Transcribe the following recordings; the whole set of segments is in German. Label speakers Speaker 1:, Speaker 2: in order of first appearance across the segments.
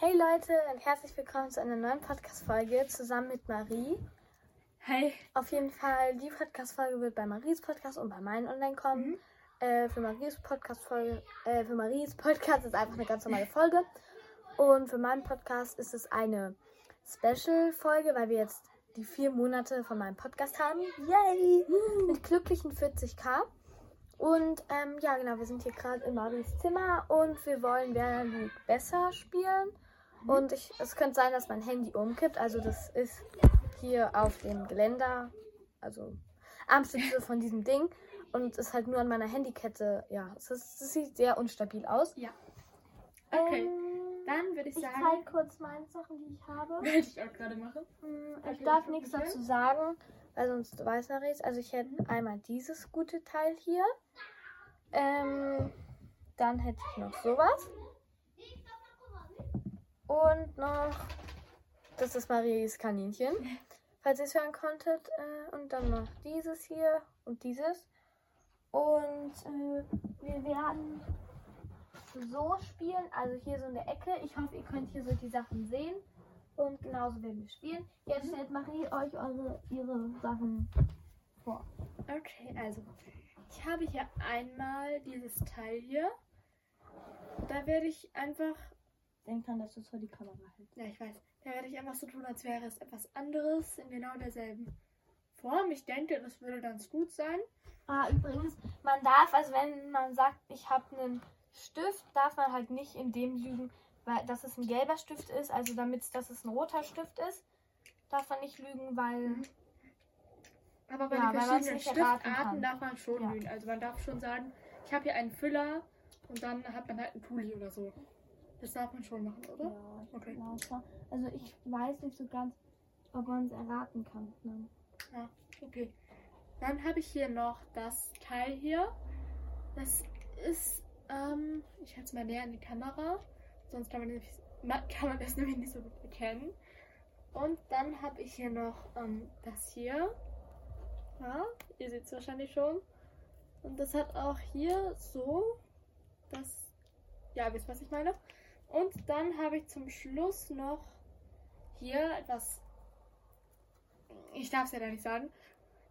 Speaker 1: Hey Leute und herzlich willkommen zu einer neuen Podcast-Folge zusammen mit Marie.
Speaker 2: Hey.
Speaker 1: Auf jeden Fall, die Podcast-Folge wird bei Maries Podcast und bei meinen online kommen. Äh, für Maries Podcast-Folge, äh, für Maries Podcast ist einfach eine ganz normale Folge. Und für meinen Podcast ist es eine Special-Folge, weil wir jetzt die vier Monate von meinem Podcast haben. Yay! Mit glücklichen 40k. Und ähm, ja, genau, wir sind hier gerade in Maris Zimmer und wir wollen Wer liegt besser spielen. Und ich, es könnte sein, dass mein Handy umkippt. Also das ist hier auf dem Geländer, also am Stütze von diesem Ding. Und ist halt nur an meiner Handykette. Ja, es, ist, es sieht sehr unstabil aus.
Speaker 2: Ja. Okay.
Speaker 1: Ähm,
Speaker 2: Dann würde ich
Speaker 1: ich
Speaker 2: sagen,
Speaker 1: zeige kurz meine Sachen, die ich habe.
Speaker 2: würde ich auch gerade machen.
Speaker 1: Hm,
Speaker 2: Okay,
Speaker 1: Ich darf
Speaker 2: ich hab
Speaker 1: nichts
Speaker 2: welche.
Speaker 1: dazu sagen, weil sonst weiß man nichts. Also ich hätte einmal dieses gute Teil hier. Ähm, dann hätte ich noch sowas. Und noch, das ist Maries Kaninchen, falls ihr es hören konntet. Äh, und dann noch dieses hier und dieses. Und äh, wir werden so spielen, also hier so in der Ecke. Ich hoffe, ihr könnt hier so die Sachen sehen. Und genauso werden wir spielen. Jetzt stellt Marie euch eure, ihre Sachen vor.
Speaker 2: Okay, also. Ich habe hier einmal dieses Teil hier. Da werde ich einfach.
Speaker 1: Denk dran, dass du es vor die Kamera hältst.
Speaker 2: Ja, ich weiß. Da werde ich einfach so tun, als wäre es etwas anderes in genau derselben Form. Ich denke, das würde ganz gut sein.
Speaker 1: Ah, übrigens, man darf, also wenn man sagt, ich habe einen Stift, darf man halt nicht in dem lügen, weil, dass es ein gelber Stift ist, also damit, dass es ein roter Stift ist, darf man nicht lügen, weil...
Speaker 2: Mhm. Aber bei
Speaker 1: Ja,
Speaker 2: den
Speaker 1: weil man's
Speaker 2: verschiedenen
Speaker 1: nicht erraten kann.
Speaker 2: Stiftarten darf man schon
Speaker 1: Ja.
Speaker 2: lügen. Also man darf schon sagen, ich habe hier einen Füller und dann hat man halt einen Tuli oder so. Das darf man schon machen, oder?
Speaker 1: Ja, ich
Speaker 2: Okay.
Speaker 1: glaub schon. Also ich weiß nicht so ganz, ob man es erraten kann. Ne?
Speaker 2: Ja, okay. Dann habe ich hier noch das Teil hier. Das ist, ähm, ich halte es mal näher an die Kamera, sonst kann man, nämlich, ma- kann man das nämlich nicht so gut erkennen. Und dann habe ich hier noch ähm, das hier. Ja, ihr seht es wahrscheinlich schon. Und das hat auch hier so das. Ja, wisst ihr, was ich meine? Und dann habe ich zum Schluss noch hier etwas. Ich darf es ja da nicht sagen.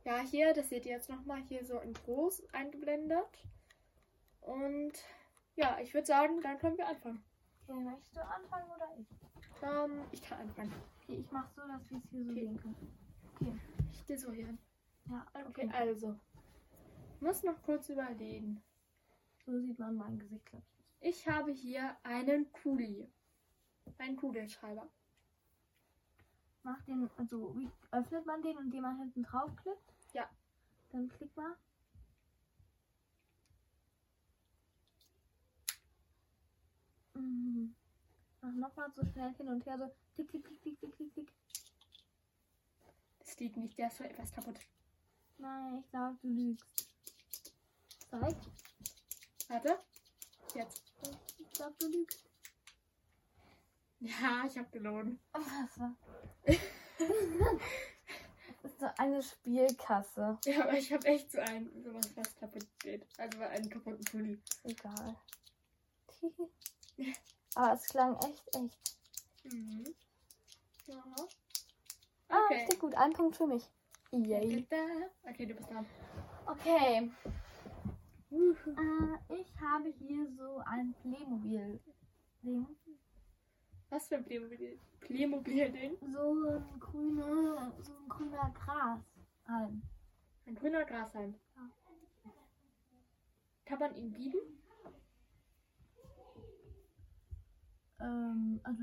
Speaker 2: Ja, hier, das seht ihr jetzt nochmal hier so in groß eingeblendet. Und ja, ich würde sagen, dann können wir anfangen.
Speaker 1: Okay, möchtest du anfangen oder ich?
Speaker 2: Ähm, ich kann anfangen.
Speaker 1: Okay, ich mach so, dass wir es hier so
Speaker 2: Okay.
Speaker 1: sehen können.
Speaker 2: Ich gehe so hier hin.
Speaker 1: Ja,
Speaker 2: Okay, also. Muss noch kurz überlegen.
Speaker 1: So sieht man mein Gesicht, glaube ich.
Speaker 2: Ich habe hier einen Kuli. Einen Kugelschreiber.
Speaker 1: Mach den, also wie öffnet man den, indem man hinten draufklickt?
Speaker 2: Ja.
Speaker 1: Dann klick mal. Mhm. Mach nochmal so schnell hin und her, so tick, tick, tick, tick, tick, tick, tick.
Speaker 2: Es liegt nicht, der ist schon etwas kaputt.
Speaker 1: Nein, ich glaube, du lügst. Zeig.
Speaker 2: Warte. Jetzt.
Speaker 1: Ich glaube, du lügst.
Speaker 2: Ja, ich habe gelogen.
Speaker 1: Oh, was war? das ist so eine Spielkasse.
Speaker 2: Ja, aber ich habe echt so einen, sowas fast kaputt geht. Also einen kaputten Kuli.
Speaker 1: Egal. Aber es klang echt, echt.
Speaker 2: Mhm. Ja.
Speaker 1: Ah,
Speaker 2: Okay.
Speaker 1: richtig gut. Ein Punkt für mich. Yay.
Speaker 2: Okay, du bist dran.
Speaker 1: Okay. Äh, ich habe hier so ein Playmobil-Ding.
Speaker 2: Was für ein Playmobil- Playmobil-Ding?
Speaker 1: So ein grüner, so ein grüner halt. Grashalm.
Speaker 2: Ein grüner Grashalm.
Speaker 1: Ja.
Speaker 2: Kann man ihn biegen?
Speaker 1: Ähm, also.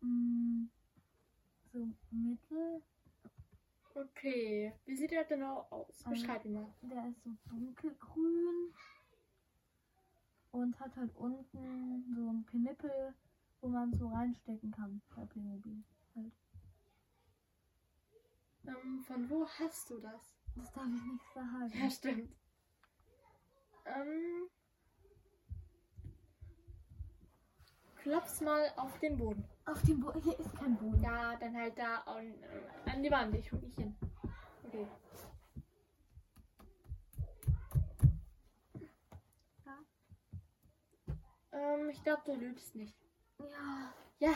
Speaker 1: mm, So mittel.
Speaker 2: Okay. Wie sieht er genau aus?
Speaker 1: Ähm.
Speaker 2: Beschreib ihn mal.
Speaker 1: Der ist so dunkelgrün und hat halt unten so einen Knippel, wo man so reinstecken kann bei Playmobil.
Speaker 2: Ähm, von wo hast du das?
Speaker 1: Das darf ich nicht sagen.
Speaker 2: Ja, stimmt. Ähm. Klopf's mal auf den Boden.
Speaker 1: Auf dem Boden, hier ist kein Boden.
Speaker 2: Ja, dann halt da an, äh, an die Wand. Ich guck nicht hin. Okay. Ähm. Hm, ich glaube, du lügst nicht.
Speaker 1: Ja.
Speaker 2: Ja.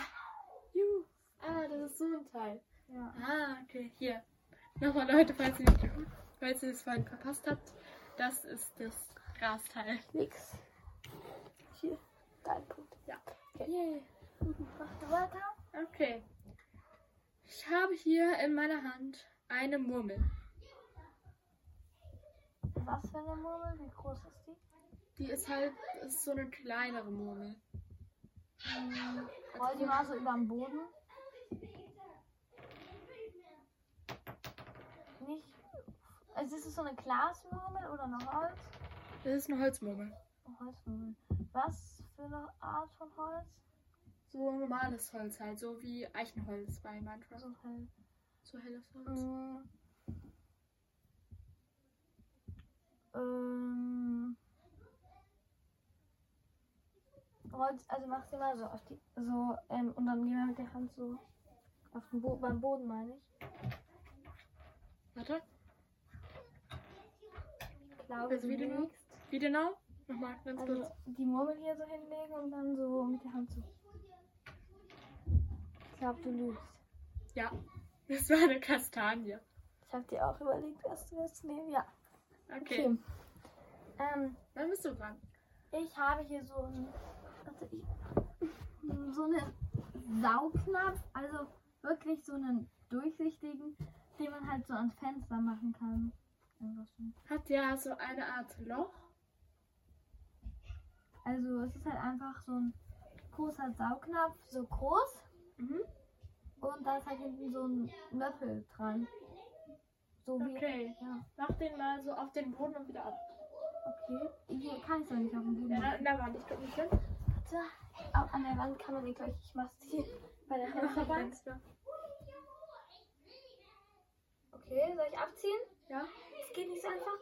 Speaker 2: Juhu. Ah, das ist so ein Teil.
Speaker 1: ja.
Speaker 2: Ah, okay. Hier. Nochmal Leute, falls ihr, nicht, falls ihr es vorhin verpasst habt, das ist das Grasteil.
Speaker 1: Nix. Hier, dein Punkt.
Speaker 2: Yay.
Speaker 1: Mach du weiter?
Speaker 2: Okay. Ich habe hier in meiner Hand eine Murmel.
Speaker 1: Was für eine Murmel? Wie groß ist die?
Speaker 2: Die ist halt ist so eine kleinere Murmel.
Speaker 1: Hm. Roll die mal so überm Boden. Nicht. Also ist es so eine Glasmurmel oder eine Holz?
Speaker 2: Das ist eine Holzmurmel.
Speaker 1: eine Holzmurmel. Was für eine Art von Holz?
Speaker 2: So normales Holz halt, so wie Eichenholz bei Minecraft.
Speaker 1: So hell.
Speaker 2: So helles Holz.
Speaker 1: Mm. Ähm. Holz, also mach sie mal so auf die. So, ähm, und dann gehen wir mit der Hand so auf den Bo beim Boden, meine ich.
Speaker 2: Warte,
Speaker 1: Ich glaube,
Speaker 2: Also wie
Speaker 1: du
Speaker 2: du nur-
Speaker 1: legst-
Speaker 2: wie genau? Nochmal ganz kurz.
Speaker 1: Also die Murmel hier so hinlegen und dann so mit der Hand so. Ich glaube, du lügst.
Speaker 2: Ja, das war eine Kastanie.
Speaker 1: Ich habe dir auch überlegt, was du jetzt nehmen. Ja.
Speaker 2: Okay,
Speaker 1: Ähm,
Speaker 2: dann bist du dran.
Speaker 1: Ich habe hier so ein, warte, ich, so eine Saugnapf, also wirklich so einen durchsichtigen, den man halt so ans Fenster machen kann. Einfach so.
Speaker 2: Hat ja so eine Art Loch.
Speaker 1: Also es ist halt einfach so ein großer Saugnapf, so groß
Speaker 2: Mhm.
Speaker 1: und da ist halt hinten so ein Löffel dran. So wie
Speaker 2: Okay,
Speaker 1: ja,
Speaker 2: mach den mal so auf den Boden und wieder ab.
Speaker 1: okay. Hier kann ich es noch nicht auf dem Boden.
Speaker 2: Ja,
Speaker 1: machen.
Speaker 2: da- in der Wand, ich guck nicht hin.
Speaker 1: Warte. Auch an der Wand kann man nicht gleich, ich mach's hier bei der
Speaker 2: Mach am
Speaker 1: Hand.
Speaker 2: Fenster.
Speaker 1: Okay, soll ich abziehen?
Speaker 2: Ja,
Speaker 1: Es geht nicht so einfach.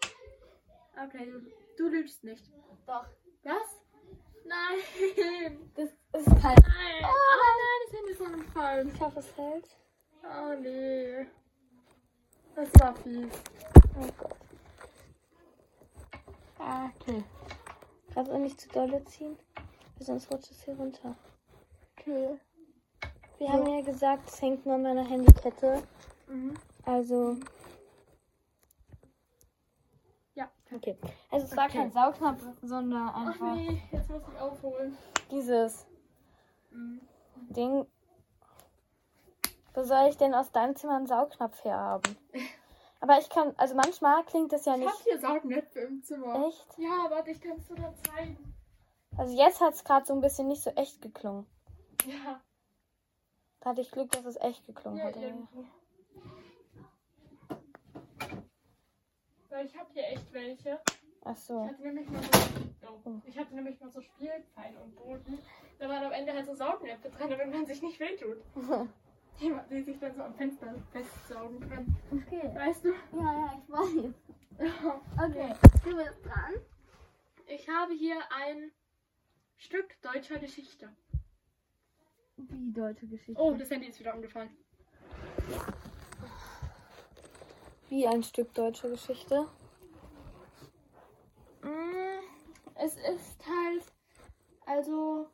Speaker 2: okay, du, du lügst nicht.
Speaker 1: Doch.
Speaker 2: Was? Nein!
Speaker 1: Das ist halt.
Speaker 2: Nein! Oh nein, das Handy ist umgefallen.
Speaker 1: Ich hoffe, es hält.
Speaker 2: Oh nee. Das war fies.
Speaker 1: Oh Gott. Ah, okay. Kannst du nicht zu dolle ziehen? Weil sonst rutscht es hier runter.
Speaker 2: Okay.
Speaker 1: Wir
Speaker 2: So.
Speaker 1: haben ja gesagt, es hängt nur an meiner Handykette.
Speaker 2: Mhm.
Speaker 1: Also.
Speaker 2: Ja.
Speaker 1: Okay. Also, es war
Speaker 2: Okay.
Speaker 1: kein Saugnapf, sondern
Speaker 2: Ach
Speaker 1: einfach
Speaker 2: nee, jetzt muss ich aufholen.
Speaker 1: dieses
Speaker 2: Mhm.
Speaker 1: Ding. Wo soll ich denn aus deinem Zimmer einen Saugnapf herhaben? Aber ich kann, also manchmal klingt das ja
Speaker 2: Ich hab
Speaker 1: nicht
Speaker 2: hier Saugnäpfe im Zimmer.
Speaker 1: echt.
Speaker 2: Ja, warte, ich kann es dir dann zeigen.
Speaker 1: Also jetzt hat es gerade so ein bisschen nicht so echt geklungen.
Speaker 2: Ja,
Speaker 1: Da hatte ich Glück, dass es echt geklungen
Speaker 2: hier
Speaker 1: Oh, hat.
Speaker 2: irgendwo. Weil ich hab hier echt welche.
Speaker 1: Ach
Speaker 2: Ich
Speaker 1: so.
Speaker 2: hatte nämlich mal so,
Speaker 1: Oh.
Speaker 2: oh. ich hatte nämlich mal so Spielpfeil und Boden. Da waren am Ende halt so Saugnäpfe dran, damit man sich nicht wehtut. Die, die sich dann so am Fenster festsaugen können.
Speaker 1: Okay.
Speaker 2: Weißt du?
Speaker 1: Ja, ja, ich weiß. Okay. Du bist dran.
Speaker 2: Ich habe hier ein Stück deutscher Geschichte.
Speaker 1: Wie deutsche Geschichte.
Speaker 2: Oh, das Handy ist wieder umgefallen.
Speaker 1: Wie ein Stück deutsche Geschichte. Hm.
Speaker 2: Mm, Es ist halt, also,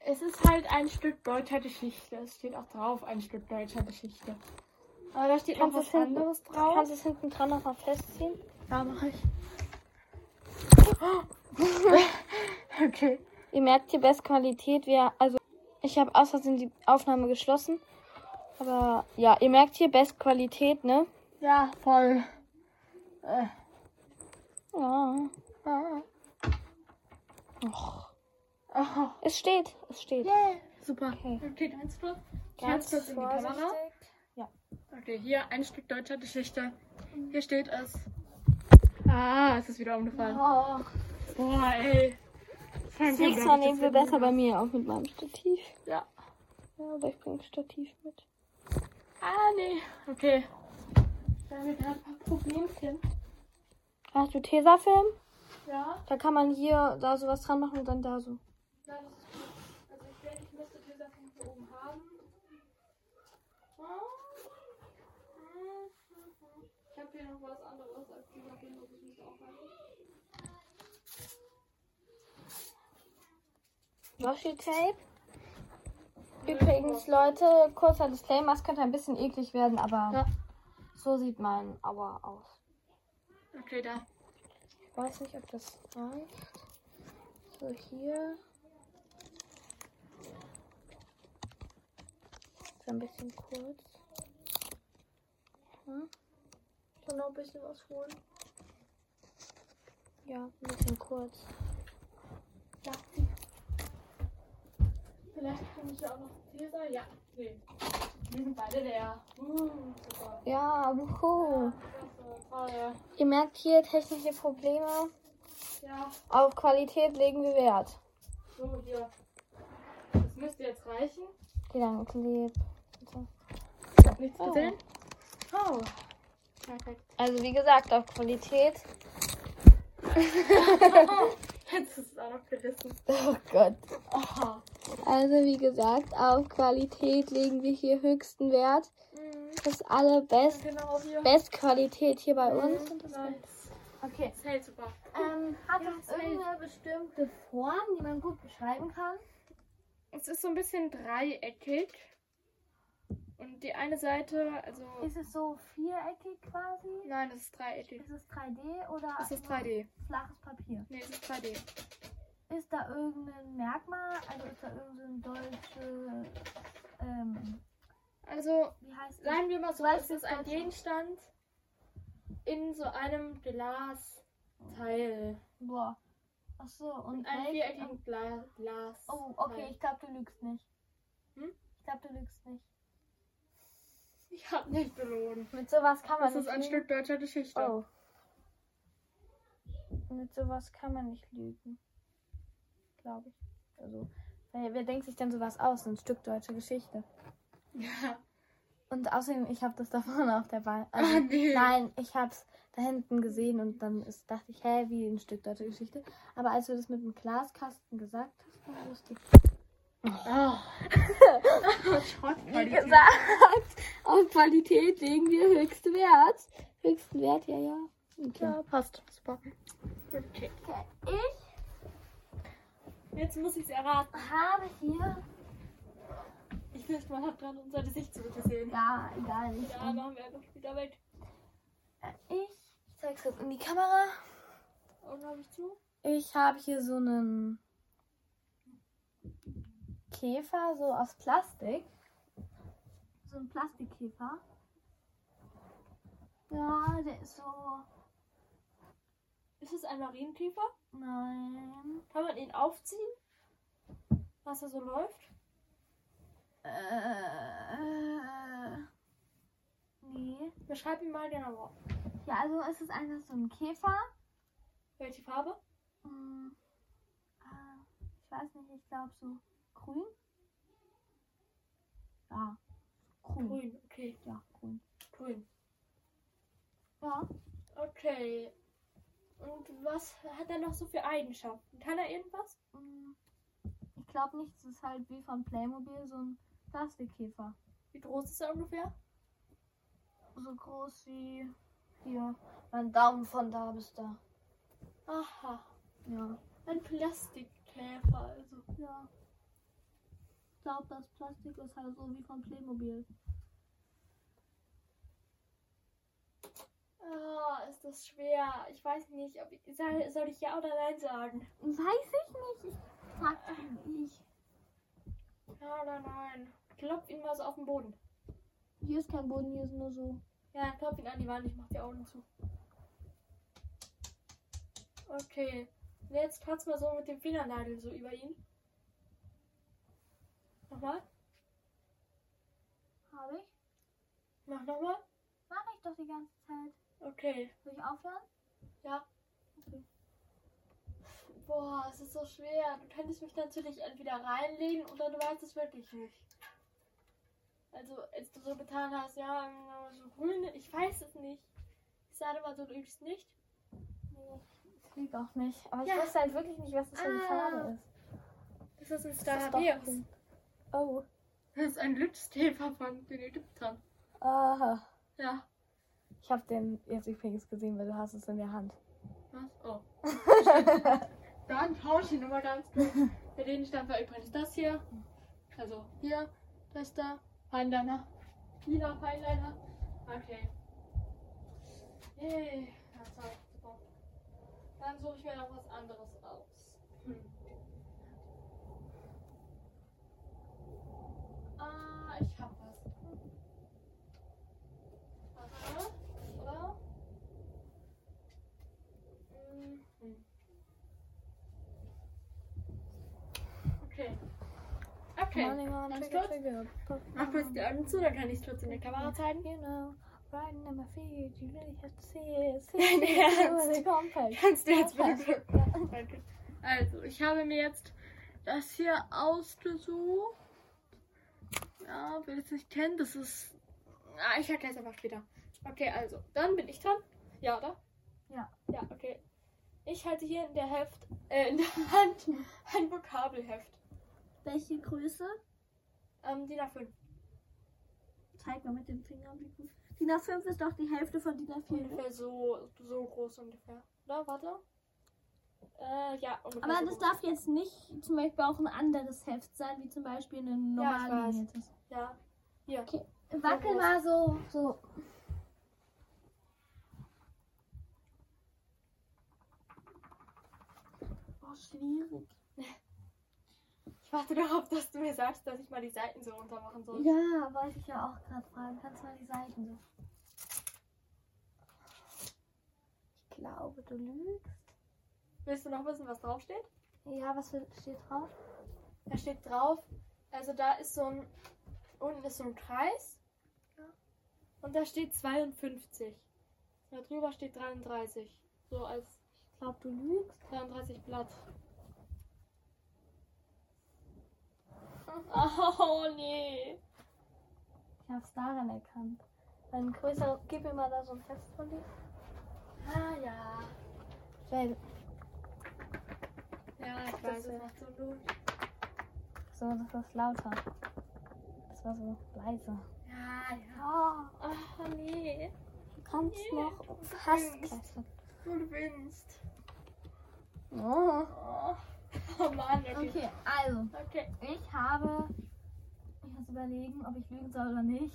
Speaker 2: es ist halt ein Stück deutscher Geschichte. Es steht auch drauf, ein Stück deutscher Geschichte. Aber da steht noch was anderes drauf.
Speaker 1: Kannst du es hinten dran nochmal festziehen?
Speaker 2: Ja, mach ich. okay.
Speaker 1: Ihr merkt hier Bestqualität. Wir, also ich habe aus Versehen die Aufnahme geschlossen. Aber ja, ihr merkt hier Bestqualität, ne?
Speaker 2: Ja, voll. Äh,
Speaker 1: Ja.
Speaker 2: ah.
Speaker 1: Och.
Speaker 2: Oh.
Speaker 1: Es steht. Es steht.
Speaker 2: Yay. Super.
Speaker 1: Okay.
Speaker 2: Okay, deins kurz. Ganz kurz in die Kamera. Okay, hier ein Stück deutscher Geschichte. Hier steht es. Ah, es ist wieder umgefallen.
Speaker 1: Oh.
Speaker 2: Boah, ey. Kein Glück,
Speaker 1: Nächstes Mal nehmen
Speaker 2: dass ich das
Speaker 1: wir
Speaker 2: irgendwie
Speaker 1: besser bei
Speaker 2: gemacht
Speaker 1: mir auf mit meinem Stativ.
Speaker 2: hab. Ja.
Speaker 1: Ja, aber ich bringe ein Stativ mit.
Speaker 2: Ah, nee. Okay. Da haben wir gerade ein paar Problemchen.
Speaker 1: Hast du Tesafilm?
Speaker 2: Ja.
Speaker 1: Da kann man hier da sowas dran machen und dann da so.
Speaker 2: Na, das ist gut. Also ich denke, ich müsste diese Sachen hier oben haben. Ich habe hier noch was anderes als die Sachen, das ich nicht aufhalten.
Speaker 3: Washi Tape. Übrigens, Leute, kurzer Disclaimer, es könnte ein bisschen eklig werden, aber
Speaker 2: Ja.
Speaker 3: so sieht mein Aua aus.
Speaker 2: Okay, da.
Speaker 3: Ich weiß nicht, ob das reicht. So hier. Ist ein bisschen kurz. Hm?
Speaker 1: Ich kann noch ein bisschen was holen.
Speaker 3: Ja, ein bisschen kurz.
Speaker 2: Vielleicht kann ich ja auch noch hier sein. Ja, nee. Wir sind beide leer. Uh, super.
Speaker 3: Ja, wuhu.
Speaker 2: Das ist toll.
Speaker 3: Ihr merkt hier technische Probleme.
Speaker 2: Ja,
Speaker 3: Auf Qualität legen wir Wert.
Speaker 2: so hier. Das müsste jetzt reichen.
Speaker 3: Die dann kleb. Bitte.
Speaker 2: Nichts
Speaker 3: Oh.
Speaker 2: gesehen? Oh. Perfekt.
Speaker 3: Also wie gesagt, auf Qualität.
Speaker 2: Jetzt ist es auch noch gerissen.
Speaker 3: Oh Gott.
Speaker 2: Oh.
Speaker 3: Also wie gesagt, auf Qualität legen wir hier höchsten Wert.
Speaker 1: Mhm.
Speaker 3: Das ist alle best,
Speaker 2: Genau hier.
Speaker 3: Bestqualität hier bei uns.
Speaker 2: Nice.
Speaker 1: Okay.
Speaker 2: Das hält super.
Speaker 1: Mhm. Ähm, hat
Speaker 2: Ja,
Speaker 1: das
Speaker 2: safe.
Speaker 1: irgendeine bestimmte Form, die man gut beschreiben kann?
Speaker 2: Es ist so ein bisschen dreieckig. Und die eine Seite, also.
Speaker 1: Ist es so viereckig quasi?
Speaker 2: Nein, es ist dreieckig.
Speaker 1: Ist es 3D oder
Speaker 2: Es ist
Speaker 1: nur
Speaker 2: 3D.
Speaker 1: flaches Papier?
Speaker 2: Nee, es ist 3D.
Speaker 1: Ist da irgendein Merkmal? Also ist da irgendein deutsche, ähm,
Speaker 2: Also,
Speaker 1: wie heißt das?
Speaker 2: sagen wir mal so,
Speaker 1: Du weißt,
Speaker 2: es ist
Speaker 1: das
Speaker 2: ein
Speaker 1: Deutsche.
Speaker 2: Gegenstand in so einem Glasteil.
Speaker 1: Boah. Ach so, und
Speaker 2: In einem
Speaker 1: welch-
Speaker 2: viereckigen Gla Glas. Halt.
Speaker 1: Oh, okay, ich glaube, du lügst nicht.
Speaker 2: Hm?
Speaker 1: Ich glaube, du lügst nicht.
Speaker 2: Ich hab nicht belohnt.
Speaker 3: Mit sowas kann man
Speaker 2: Das ist
Speaker 3: nicht
Speaker 2: ein
Speaker 3: lügen.
Speaker 2: Stück deutscher Geschichte.
Speaker 3: Oh. Mit sowas kann man nicht lügen. Glaube ich. Also, wer, wer denkt sich denn sowas aus? Ein Stück deutsche Geschichte.
Speaker 2: Ja.
Speaker 3: Und außerdem, ich habe das da vorne auf der Bahn.
Speaker 2: Ah,
Speaker 3: Also,
Speaker 2: nee.
Speaker 3: Nein, ich hab's da hinten gesehen und dann ist, dachte ich, hä, wie ein Stück deutsche Geschichte. Aber als du das mit dem Glaskasten gesagt hast, war lustig.
Speaker 2: Oh.
Speaker 3: Wie gesagt, auf Qualität legen wir höchsten Wert. Höchsten Wert, ja, ja. Okay.
Speaker 2: Ja, passt. Super. Okay.
Speaker 1: Ich
Speaker 2: Jetzt muss ich's erraten.
Speaker 1: habe hier.
Speaker 2: Ich wünschte, man hat gerade unser Gesicht zurückgesehen.
Speaker 1: Ja, egal. Ich, äh,
Speaker 2: Ja, machen wir einfach wieder weg.
Speaker 1: ich zeig's jetzt in die Kamera.
Speaker 2: Und habe ich zu?
Speaker 3: Ich habe hier so einen Käfer, so aus Plastik.
Speaker 1: So ein Plastikkäfer. Ja, der ist so.
Speaker 2: Ist es ein Marienkäfer?
Speaker 1: Nein.
Speaker 2: Kann man ihn aufziehen? Was er so läuft?
Speaker 1: Äh. Nee.
Speaker 2: Beschreib ihn mal genauer.
Speaker 1: Ja, also es ist einfach so ein Käfer.
Speaker 2: Welche Farbe?
Speaker 1: Hm. Ah, Ich weiß nicht, ich glaube so grün. Ja, grün.
Speaker 2: Grün, okay.
Speaker 1: Ja, grün.
Speaker 2: Grün.
Speaker 1: Ja,
Speaker 2: Okay. Und was hat er noch so für Eigenschaften? Kann er irgendwas?
Speaker 1: hm, ich glaube nicht, es ist halt wie von Playmobil so ein Plastikkäfer.
Speaker 2: Wie groß ist er ungefähr?
Speaker 1: So groß wie hier. Mein Daumen von da bis da.
Speaker 2: Aha.
Speaker 1: Ja.
Speaker 2: Ein Plastikkäfer, also.
Speaker 1: Ja. Ich glaube, das Plastik ist halt so wie von Playmobil.
Speaker 2: Ah, ist das schwer. Ich weiß nicht, ob ich, soll, soll ich ja oder nein sagen?
Speaker 1: Weiß ich nicht. Ich frag dich nicht.
Speaker 2: Ja oder nein? Klopf ihn mal so auf den Boden.
Speaker 1: Hier ist kein Boden, hier ist nur so.
Speaker 2: Ja, klopf ihn an die Wand, ich mach die Augen zu. Okay. Und jetzt kratz mal so mit dem Fingernagel so über ihn. Nochmal?
Speaker 1: Habe ich?
Speaker 2: Mach nochmal?
Speaker 1: Mache ich doch die ganze Zeit.
Speaker 2: Okay.
Speaker 1: Soll ich aufhören?
Speaker 2: Ja. Boah, es ist so schwer. Du könntest mich natürlich entweder reinlegen oder du weißt es wirklich nicht. Also, als du so getan hast, ja, ähm, so grün, ich weiß es nicht. Ich sage mal, du lügst nicht.
Speaker 3: Ich lieg auch nicht. Aber ich
Speaker 2: Ja.
Speaker 3: weiß halt wirklich nicht, was das für eine
Speaker 2: Ah.
Speaker 3: Farbe ist.
Speaker 2: Das ist ein
Speaker 3: Das ist doch
Speaker 2: Skarabäus.
Speaker 3: grün. Oh.
Speaker 2: Das ist ein Lützkäfer von den Ägyptern.
Speaker 3: Aha.
Speaker 2: Ja.
Speaker 3: Ich habe den jetzt übrigens gesehen, weil du hast es in der Hand.
Speaker 2: Was? Oh. Dann tausch ich ihn immer ganz kurz. Bei denen stand war übrigens das hier. Also hier, das da, Feinliner. Lila Feinliner. Okay. Yay. Das war super. Dann suche ich mir noch was anderes aus. Hm. Ah, ich hab was. Aha. Oder? Mhm. Okay. Okay.
Speaker 1: Morning, morning,
Speaker 2: Ganz
Speaker 1: trigger, trigger.
Speaker 2: kurz. Mach kurz die Augen zu, dann kann ich es kurz in der Kamera zeigen.
Speaker 1: You know, riding in my feet, you really have to see it. See
Speaker 2: Dein
Speaker 1: it,
Speaker 2: Ernst?
Speaker 1: where they come from.
Speaker 2: Kannst du jetzt bitte. Danke. Also, ich habe mir jetzt das hier ausgesucht. Ja, will es nicht kennen, das ist. Ah, ich erkläre es einfach später. Okay, also, dann bin ich dran. Ja, oder?
Speaker 1: Ja.
Speaker 2: Ja, okay. Ich halte hier in der Heft, äh, in der Hand ein Vokabelheft.
Speaker 4: Welche Größe?
Speaker 2: Ähm, DIN A5.
Speaker 4: Zeig mal mit dem Finger. wie groß- DIN A5 ist doch die Hälfte von DIN A4. ne?
Speaker 2: Ungefähr so, so groß ungefähr. Oder? Warte. Äh, ja, ungefähr. so
Speaker 4: Aber das
Speaker 2: groß.
Speaker 4: darf jetzt nicht zum Beispiel auch ein anderes Heft sein, wie zum Beispiel ein
Speaker 2: Ja, ich
Speaker 4: normal
Speaker 2: weiß.
Speaker 4: liniertes.
Speaker 2: Ja. Hier.
Speaker 4: Wackel mal so. so. Oh, schwierig.
Speaker 2: Ich warte darauf, dass du mir sagst, dass ich mal die Seiten so runter machen soll.
Speaker 4: Ja, wollte ich ja auch gerade fragen. Kannst du mal die Seiten so? Ich glaube, du lügst.
Speaker 2: Willst du noch wissen, was draufsteht?
Speaker 4: Ja, was für- steht drauf?
Speaker 2: Da steht drauf, also da ist so ein, unten ist so ein Kreis. Und da steht 52. Da drüber steht 33. So als
Speaker 4: Ich glaube, du lügst.
Speaker 2: 33 Blatt. Oh nee.
Speaker 4: Ich hab's daran erkannt.
Speaker 1: Ein größer, gib mir mal da so ein Heft von dir.
Speaker 2: Ah ja.
Speaker 1: Weil,
Speaker 2: Ja, ich weiß, das macht so einen Look.
Speaker 1: so, das ist lauter. Das war so leise.
Speaker 2: Ja, ja.
Speaker 4: Ja,
Speaker 2: Oh nee.
Speaker 4: du kannst noch fast.
Speaker 2: Du gewinnst.
Speaker 1: Oh.
Speaker 2: Oh, oh Mann, okay.
Speaker 4: Okay, also,
Speaker 2: Okay.
Speaker 4: ich habe. Ich muss überlegen, ob ich lügen soll oder nicht.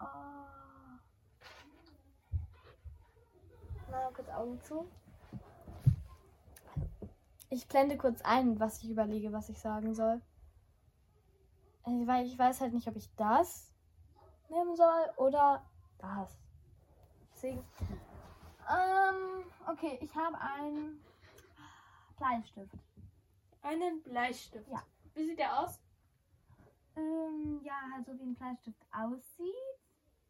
Speaker 4: Oh.
Speaker 1: Mal kurz Augen zu. Ich blende kurz ein, was ich überlege, was ich sagen soll. Äh, Weil ich weiß halt nicht, ob ich das nehmen soll oder das. Deswegen.
Speaker 4: Ähm, okay, ich habe einen Bleistift.
Speaker 2: Einen Bleistift.
Speaker 4: Ja.
Speaker 2: Wie sieht der aus?
Speaker 4: Ähm, ja, halt so wie ein Bleistift aussieht.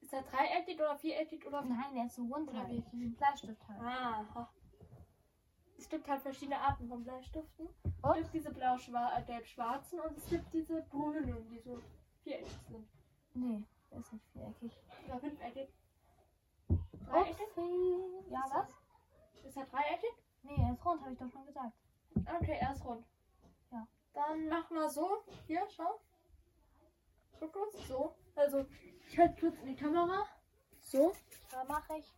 Speaker 2: Ist er dreieckig oder viereckig oder
Speaker 4: Nein, der ist so rund
Speaker 2: Oder
Speaker 4: halt.
Speaker 2: wie?
Speaker 4: Wie ein Bleistift halt.
Speaker 2: Aha. Es gibt halt verschiedene Arten von Bleistiften.
Speaker 4: Und?
Speaker 2: Es gibt diese blau-schwarzen, äh, gelb-schwarzen und es gibt diese grünen, die so viereckig sind.
Speaker 4: Nee, der ist nicht viereckig.
Speaker 2: Oder fünfeckig. Dreieckig?
Speaker 4: Okay. Ja, was?
Speaker 2: Ist er dreieckig?
Speaker 4: Nee, er ist rund, habe ich doch schon gesagt.
Speaker 2: Okay, er ist rund.
Speaker 4: Ja.
Speaker 2: Dann mach mal so. Hier, schau. Guck kurz. So. Also, ich halte kurz in die Kamera. So.
Speaker 4: Da mache ich.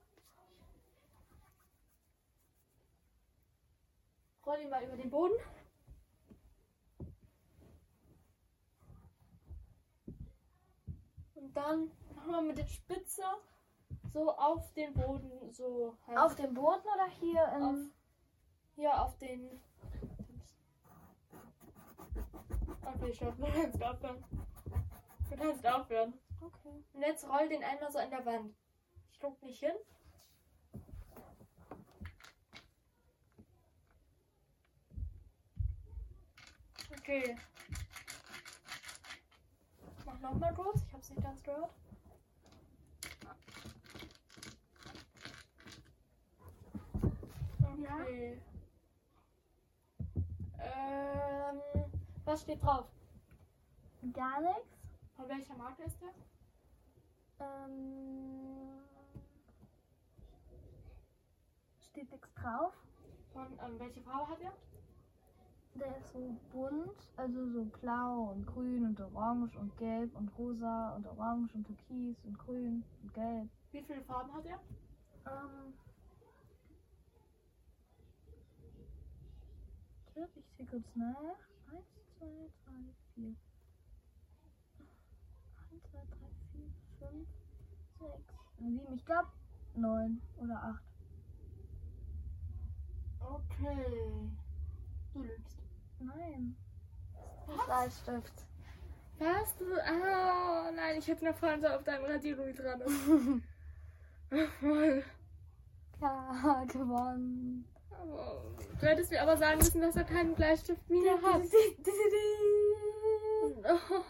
Speaker 2: Roll ihn mal über den Boden. Und dann machen wir mit der Spitze so auf den Boden, so halt
Speaker 4: Auf dem Boden oder hier
Speaker 2: auf,
Speaker 4: im.
Speaker 2: hier auf den. Okay, stopp, du kannst aufhören. Du kannst aufhören.
Speaker 4: Okay.
Speaker 2: Und jetzt roll den einmal so an der Wand. Ich guck nicht hin. Okay. Mach nochmal kurz, ich hab's nicht ganz gehört. Okay. Ähm, was steht drauf?
Speaker 4: Gar nichts.
Speaker 2: Von welcher Marke ist der?
Speaker 4: Ähm. Steht nichts drauf.
Speaker 2: Von ähm, welche Farbe hat er?
Speaker 4: Der ist so bunt.
Speaker 1: Also so blau und grün und orange und gelb und rosa und orange und türkis und grün und gelb.
Speaker 2: Wie viele Farben hat
Speaker 1: Ähm,
Speaker 2: er?
Speaker 4: Ähm.
Speaker 1: warte, ich zähle kurz nach. Eins, zwei, drei, vier. Eins, zwei, drei, vier, fünf, sechs, sieben. Ich glaube neun oder acht.
Speaker 2: Okay. Du lügst.
Speaker 1: Nein. Das ist ein Bleistift.
Speaker 2: Was? Du, ah, nein, ich hätte noch vorhin so auf deinem Radiergummi dran. Voll.
Speaker 1: Ja, gewonnen.
Speaker 2: Aber du hättest mir aber sagen müssen, dass er keinen Bleistift mehr hat.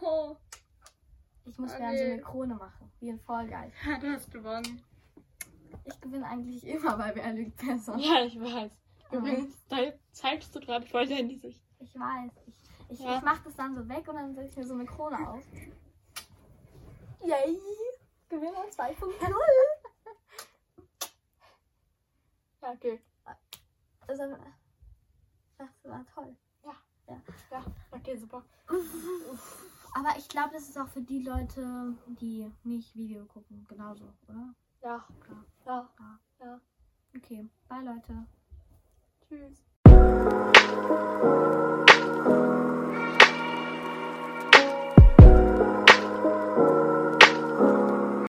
Speaker 2: Oh,
Speaker 1: Ich muss
Speaker 2: Oh,
Speaker 1: mir also
Speaker 2: nee.
Speaker 1: eine Krone machen, wie in Fall Guys.
Speaker 2: ja, du hast gewonnen.
Speaker 1: Ich gewinne eigentlich immer bei Wer lügt besser.
Speaker 2: Ja, ich weiß.
Speaker 1: Übrigens,
Speaker 2: da zeigst du gerade voll deine Sicht.
Speaker 1: Ich weiß. Ich, ich,
Speaker 2: Ja.
Speaker 1: ich mache das dann so weg und dann setze ich mir so eine Krone auf.
Speaker 5: Yay! Gewinner 2.0.
Speaker 2: Ja, okay.
Speaker 1: Also, das war toll.
Speaker 2: Okay, super.
Speaker 1: Aber ich glaube, das ist auch für die Leute, die nicht Video gucken, genauso, oder?
Speaker 2: Ja, ja, ja.
Speaker 1: Okay, bye Leute.
Speaker 2: Tschüss.